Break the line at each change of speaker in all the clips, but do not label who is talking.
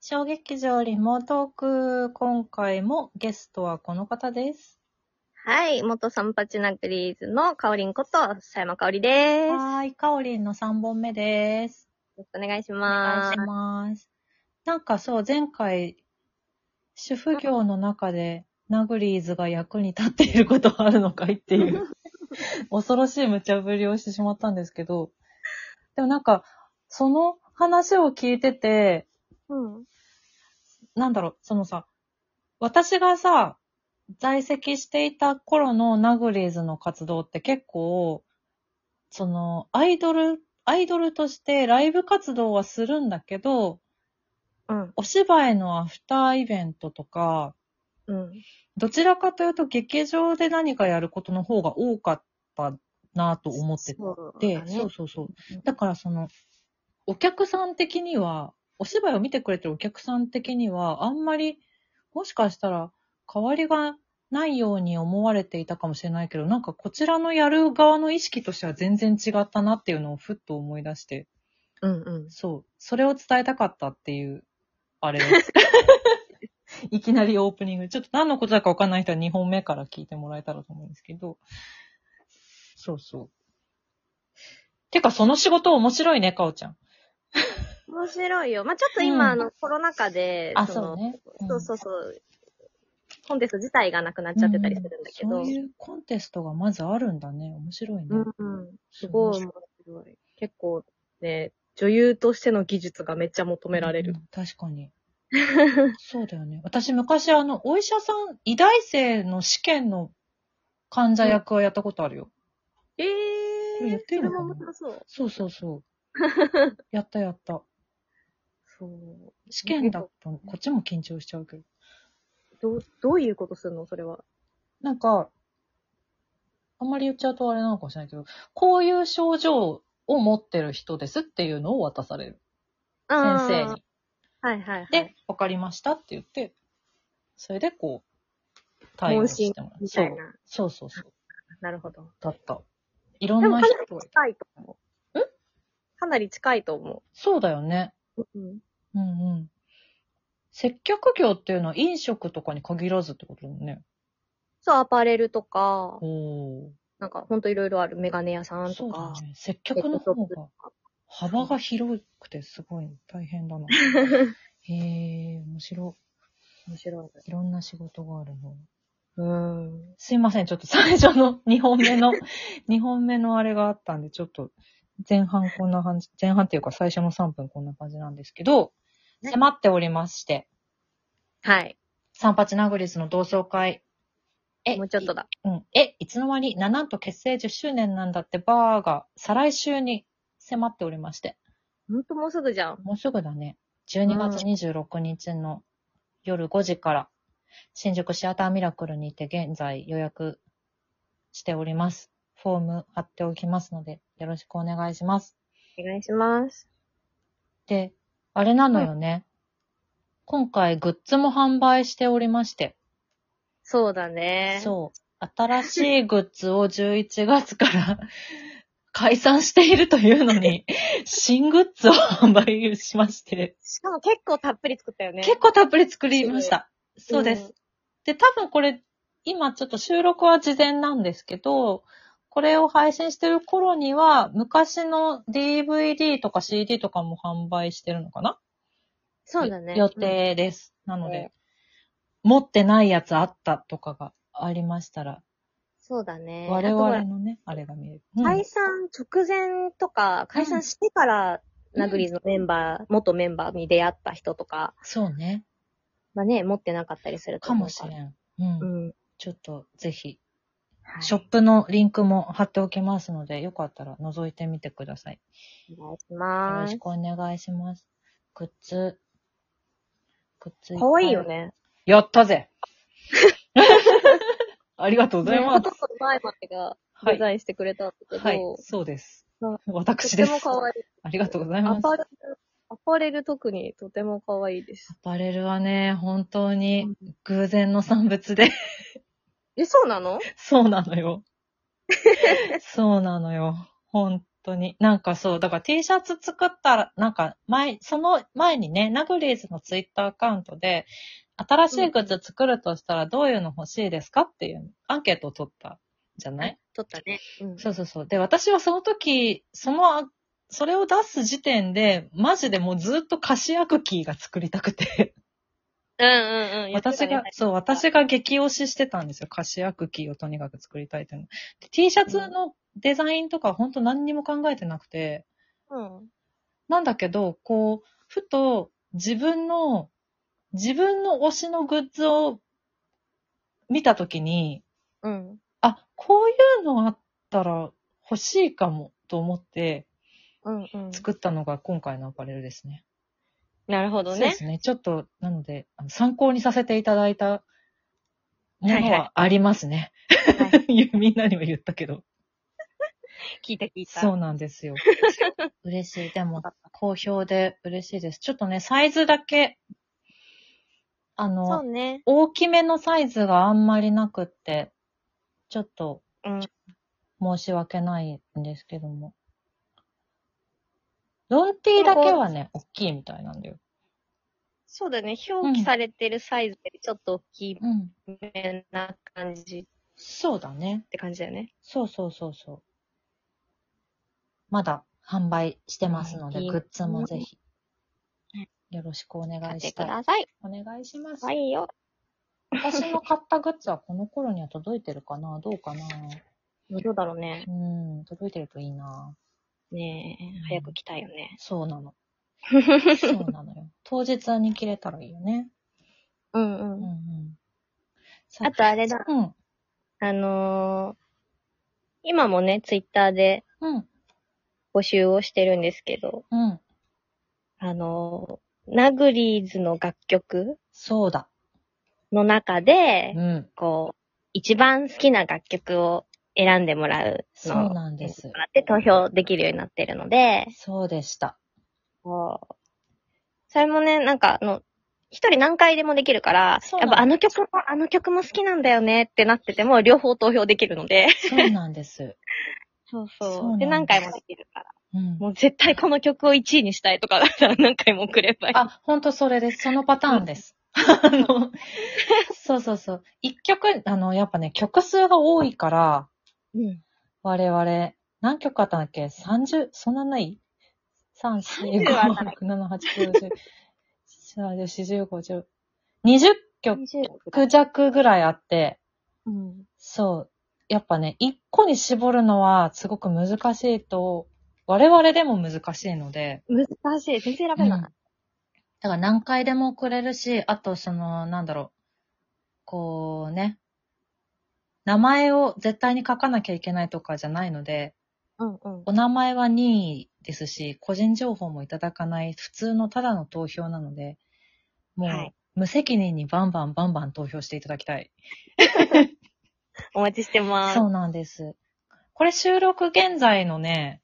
小劇場リモートーク、今回もゲストはこの方です。
はい、元三八ナグリーズのかおりんこと、さやまかおりです。よ
はーい、かおりんの3本目です。
ろしくお願いし
お願
ま
い
す
し。ます。なんかそう、前回、主婦業の中で、ナグリーズが役に立っていることはあるのかいって いう、恐ろしい無茶ぶりをしてしまったんですけど、でもなんか、その話を聞いてて、
うん。
なんだろう、そのさ、私がさ、在籍していた頃のナグリーズの活動って結構、その、アイドル、アイドルとしてライブ活動はするんだけど、
うん。
お芝居のアフターイベントとか、
うん。
どちらかというと劇場で何かやることの方が多かったなと思ってて、
そうだね
そうそうそう。だからその、お客さん的には、お芝居を見てくれてるお客さん的には、あんまり、もしかしたら、変わりがないように思われていたかもしれないけど、なんかこちらのやる側の意識としては全然違ったなっていうのをふっと思い出して、
うんうん。
そう、それを伝えたかったっていう、あれ です。いきなりオープニング。ちょっと何のことだかわかんない人は2本目から聞いてもらえたらと思うんですけど。そうそう。てか、その仕事面白いね、かおちゃん。
面白いよ。まあ、ちょっと今、
うん
あの、コロナ禍で、
あ、
の
そうね。ん
そうそうそう。コンテスト自体がなくなっちゃってたりするんだけど。
うんそういうコンテストがまずあるんだね。面白いね。
うんうん。すごい面白い。結構ね、女優としての技術がめっちゃ求められる
う。ん確かに。そうだよね。 私昔あの、お医者さん、医大生の試験の患者役をやったことあるよ。
え
これ
え
や
ー
っ、
そ
て
れ
るの
も面
かな
白そう。
そうそう そう。やったやった。
そう。
試験だと、こっちも緊張しちゃうけど。
どう、どういうことするのそれは。
なんか、あんまり言っちゃうとあれなのかもしれないけど、こういう症状を持ってる人ですっていうのを渡される。先生に。。
はいはい、はい。
で、わかりましたって言って、それでこう、対応してもらう。
問診み
そ
たいうな。
そうそうそう。
なるほど。
だった。いろん
でも
な
かな
人
り
が。
近いと思う。んかなり近いと思
そうだよね。
う。うん。
うんうん。接客業っていうのは飲食とかに限らずってことだよね。
そう、アパレルとか、
おー。
なんかほんといろいろあるメガネ屋さん
そ
と
うだよ
か。
ね。接客の方が幅が広くてすごい大変 だな。へえ、面白
面白い。
い。いろんな仕事があるの。
うん。
すいません、ちょっと最初の2本目 の、2本目のあれがあったんで、ちょっと前半こんな感じ、前半っていうか最初の3分こんな感じなんですけど、
ね
迫っておりまして、
はい。
三八ナグリスの同窓会。え
もうちょっと
だ。
だ。
うん。え、いつの間に、ななんと結成10周年なんだってバーが再来週に迫っておりまして。
ほんともうすぐじゃん。
もうすぐだね。12月26日の夜5時から、新宿シアターミラクルにて現在予約しております。フォーム貼っておきますので、よろしくお願いします。
お願いします。
で、あれなのよね。今回グッズも販売しておりまして、
そうだね。
そう。新しいグッズを11月から 解散しているというのに、新グッズを販売しまして。
しかも結構たっぷり作ったよね。
結構たっぷり作りました。
ごい
そうです。
うん
で、多分これ、今ちょっと収録は事前なんですけど、これを配信してる頃には、昔の DVD とか CD とかも販売してるのかな
そうだね。
予定です。なの
うん
で、持ってないやつあったとかがありましたら、
そうだね。
我
あと
々
は
のね、あれが見れる。うん
解散直前とか、解散してから、ナグリーズのメンバー、元メンバーに出会った人とか、
そうね。
まあね、持ってなかったりすると
か
思う
も
ら
しれん。うん。
うん。
ちょっと、ぜひ、
はい
ショップのリンクも貼っておきますので、よかったら覗いてみてください。
お願いし
よろ
ま
し
す。
くお願いします。グッズ。グッズ。
かわいいよ。ね。
やった ぜありがとうございます
ね。ちょっと前までが
は
デ
い。
ザインしてくれたんだけど、
はい、そうです
うん。
私
と
で
て
す
も。かわいい。
ありがとうござい
ア
ます。
パレル、アパレル特にとてもかわいいです
ア。パレルはね、本当に偶然の産物で、
え、そうなの
そうなのよ。そうなのよ。本当に。なんかそう、だから T シャツ作ったら、なんか前、その前にね、ナグリーズのツイッターアカウントで、新しいグッズ作るとしたらどういうの欲しいですかっていうアンケートを取ったじゃない
撮ったね。うん。
そうそうそう。で、私はその時、その、それを出す時点で、マジでもうずっと菓子アクキーが作りたくて。
うんうんうん。
私が、そう、私が激推ししてたんですよ。菓子アクキーをとにかく作りたいっていうの。で T シャツのデザインとか本当何にも考えてなくて、
うん。
なんだけど、こう、ふと自分の、自分の推しのグッズを見たときに、
うん。
あ、こういうのあったら欲しいかもと思って
うんうん。
作ったのが今回のアパレルですね。
なるほど
そうで
ね。
すね。ちょっと、なので、あの参考にさせていただいたも
はい
の
はい
はありますね。
は
みんなにも言ったけど。
聞いた聞いた。
そうなんです よ。嬉しい。でも、好評で嬉しいです。ちょっとね、サイズだけ、あ
そ
の
う、ね。
大きめのサイズがあんまりなくって、ちょっと
うん。
申し訳ないんですけども。ロンティーだけはね、大きいみたいなんだよ。
そうだね。表記されてるサイズよりちょっと大き
うん。
めな感じっ
そうだね。
て感じだよね。
そうそうそうそう。まだ販売してますので、
うん
グッズもぜひ
は。
よろしくお願
買っ
い
て
し
く
たい。
ださい。
お願いします
は。いよ。
私の買ったグッズはこの頃には届いてるかなどうかな
どうだろうね。
うん、届いてるといいな
ねえ、早く来たいよね。
そうな の。そうなのよ。当日に着れたらいいよね。
うん
う
うんん。
うん。さ
あとあれだ。
うん。
あのー、今もね、ツイッターで
うん。
募集をしてるんですけど、
うん。
あのー、ナグリーズの楽曲
そうだ。
の中で、
うん。
こう、一番好きな楽曲を選んでもらう
そう
のを
なんです
も。らって投票できるようになってるので、
そうでした。
こうそれもね、なんか、あの、一人何回でもできるから、
そう
や
な
っ
の
ぱあの曲も、あの曲も好きなんだよねってなってても、両方投票できるので。
そうなんです。
そう
そう
そう。で、
そうなん
何
です
回もできるから。
うん。
もう絶対この曲を1位にしたいとか、何回もくればいい。
あ、ほんとそれです。そのパターンです。あの、そうそうそう。一曲、あの、やっぱね、曲数が多いから、
うん。
我々、何曲あったんだっけ ?30? そんなない ?3、4、
30は
5、
な
6、7、8、9、10、40、50、20曲弱ぐらいあって、
うん。
そう。やっぱね、1個に絞るのはすごく難しいと、我々でも難しいので、
難しい。全然選べ
うん
な
だから何回でも送れるし、あとその、なんだろう、こうね、名前を絶対に書かなきゃいけないとかじゃないので、
い。うんうん。
お名前は任意ですし、個人情報もいただかない普通のただの投票なので、も
は
う
い
無責任にバンバンバンバン投票していただきたい。
お待ちしてます。
そうなんです。これ収録現在のね、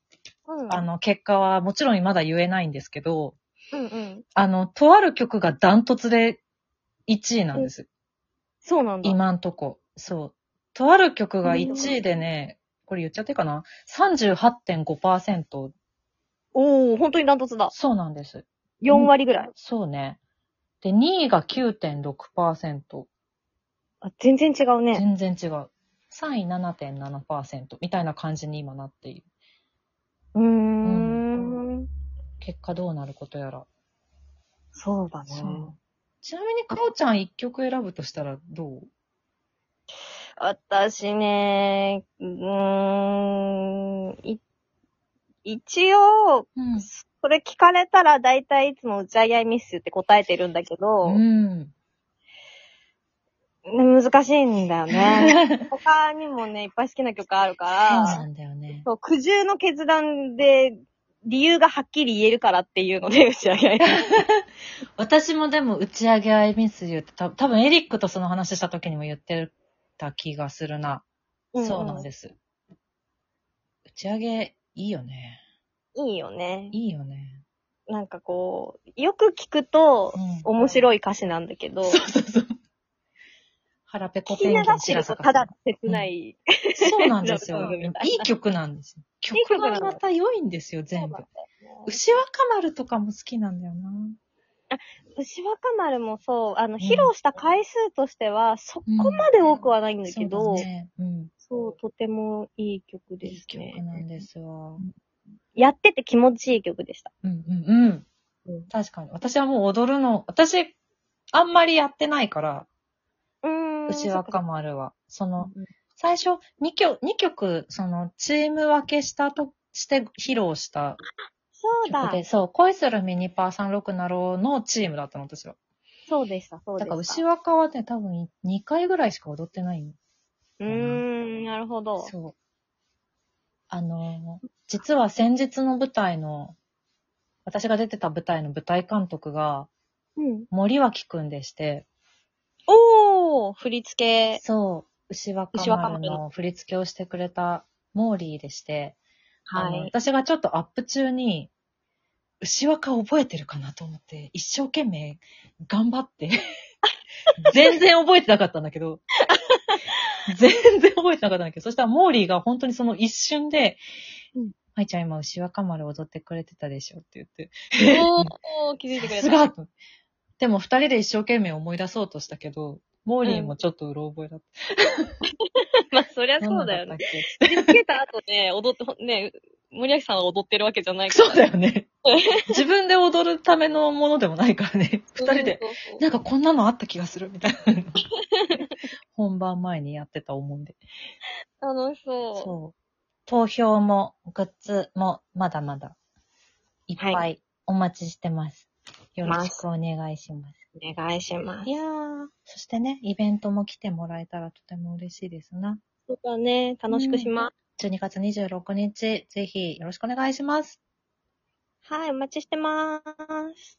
うん。
あの結果はもちろんまだ言えないんですけど、
うんうん。
あの、とある曲がダントツで1位なんです。
そうなんだ。
今んとこ。そう。とある曲が1位でね、これ言っちゃっていいかな ?38.5%。
おお本当にダントツだ。
そうなんです。
4割ぐらい。
そうね。で、2位が9.6%。
あ全然違うね。
全然違う。3位7.7%みたいな感じに今なっている。
うーん。
結果どうなることやら。
そうだね。
そうちなみに、かおちゃん1曲選ぶとしたらどう
私ね、うーん、い、一応、
うん
それ聞かれたら大体いつもジャイアイミッスって答えてるんだけど、
うん。
難しいんだ よね。他にもね、いっぱい好きな曲あるか
そう
ら
な、んだよね。
そう苦渋の決断で理由がはっきり言えるからってい うので、打ち上げ。
私もでも打ち上げアイミスユーってた多分エリックとその話した時にも言ってた気がするな。そうなん
す。
です。打ち上げいいよね。
いいよね。
いいよね。
なんかこう、よく聞くと
う、ん。
面白い歌詞なんだけど、
そうそうそう。腹ペコ
聞き
ペン
流
ギン
して
白
ると
坂
た
さ
だ
ん。
切ない。
そうなんですよ。
うん
いい曲なんですよ。曲がまた良いんですよ、全部。牛若丸とかも好きなんだよな。
牛若丸もそう、あの、
ん
披露した回数としては、そこまで多くはないんだけ
そ
ど、
うだね。うん。
そう、とてもいい曲で
いい
すね。
曲なんですよ。
やってて気持ちいい曲でした。
うんうんうん。
うん
確かに。私はもう踊るの、私、あんまりやってないから、
うーん。
牛
そっ
若
か
丸は。そ
そ
の
っ、か
最初、2曲、二曲、その、チーム分けしたと、して披露した
そう
曲
だ。
で、そう、恋するミニパー36なろうのチームだったの、私は。
そうでした、そうで
だ
し
か
た。
ら、牛若はね、多分2回ぐらいしか踊ってないの
うーん、なるほど。
そう。あの、実は先日の舞台の、私が出てた舞台の舞台監督が、
うん。
森脇くんでして、
おー振り付け。
そう、牛若
牛若
丸
丸
の振り付けをしてくれたモーリーでして、あ
は
の
い。
私がちょっとアップ中に、牛若覚えてるかなと思って、一生懸命頑張って、 全然覚えてなかったんだけど、 全然覚えてなかったんだけど、そしたらモーリーが本当にその一瞬で
うん、
まいちゃん今牛若丸踊ってくれてたでしょって言って、
おー気づいてく
さ
れ
す
た。
がとでも二人で一生懸命思い出そうとしたけど、モーリーもちょっとうろ覚えだっ
まあ、そりゃ
た。
そうだよ
何
ね。
ったっけ
振り付けた後ね、踊ってほ、ね、森脇さんは踊ってるわけじゃないから。
そうだよ ね。自分で踊るためのものでもないから ね。二人で。
そうそうそう。
なんかこんなのあった気がするみたいな。本番前にやってた思い出。
楽しそう。
そう。投票もグッズもまだまだいっぱ
はい
お待ちしてます。よろしくお願いします。
お願いします
い。やー、そしてね、イベントも来てもらえたらとても嬉しいですな。
そうだね。楽しくしま
12月26日、ぜひよろしくお願いします。
す。はい、お待ちしてまーす。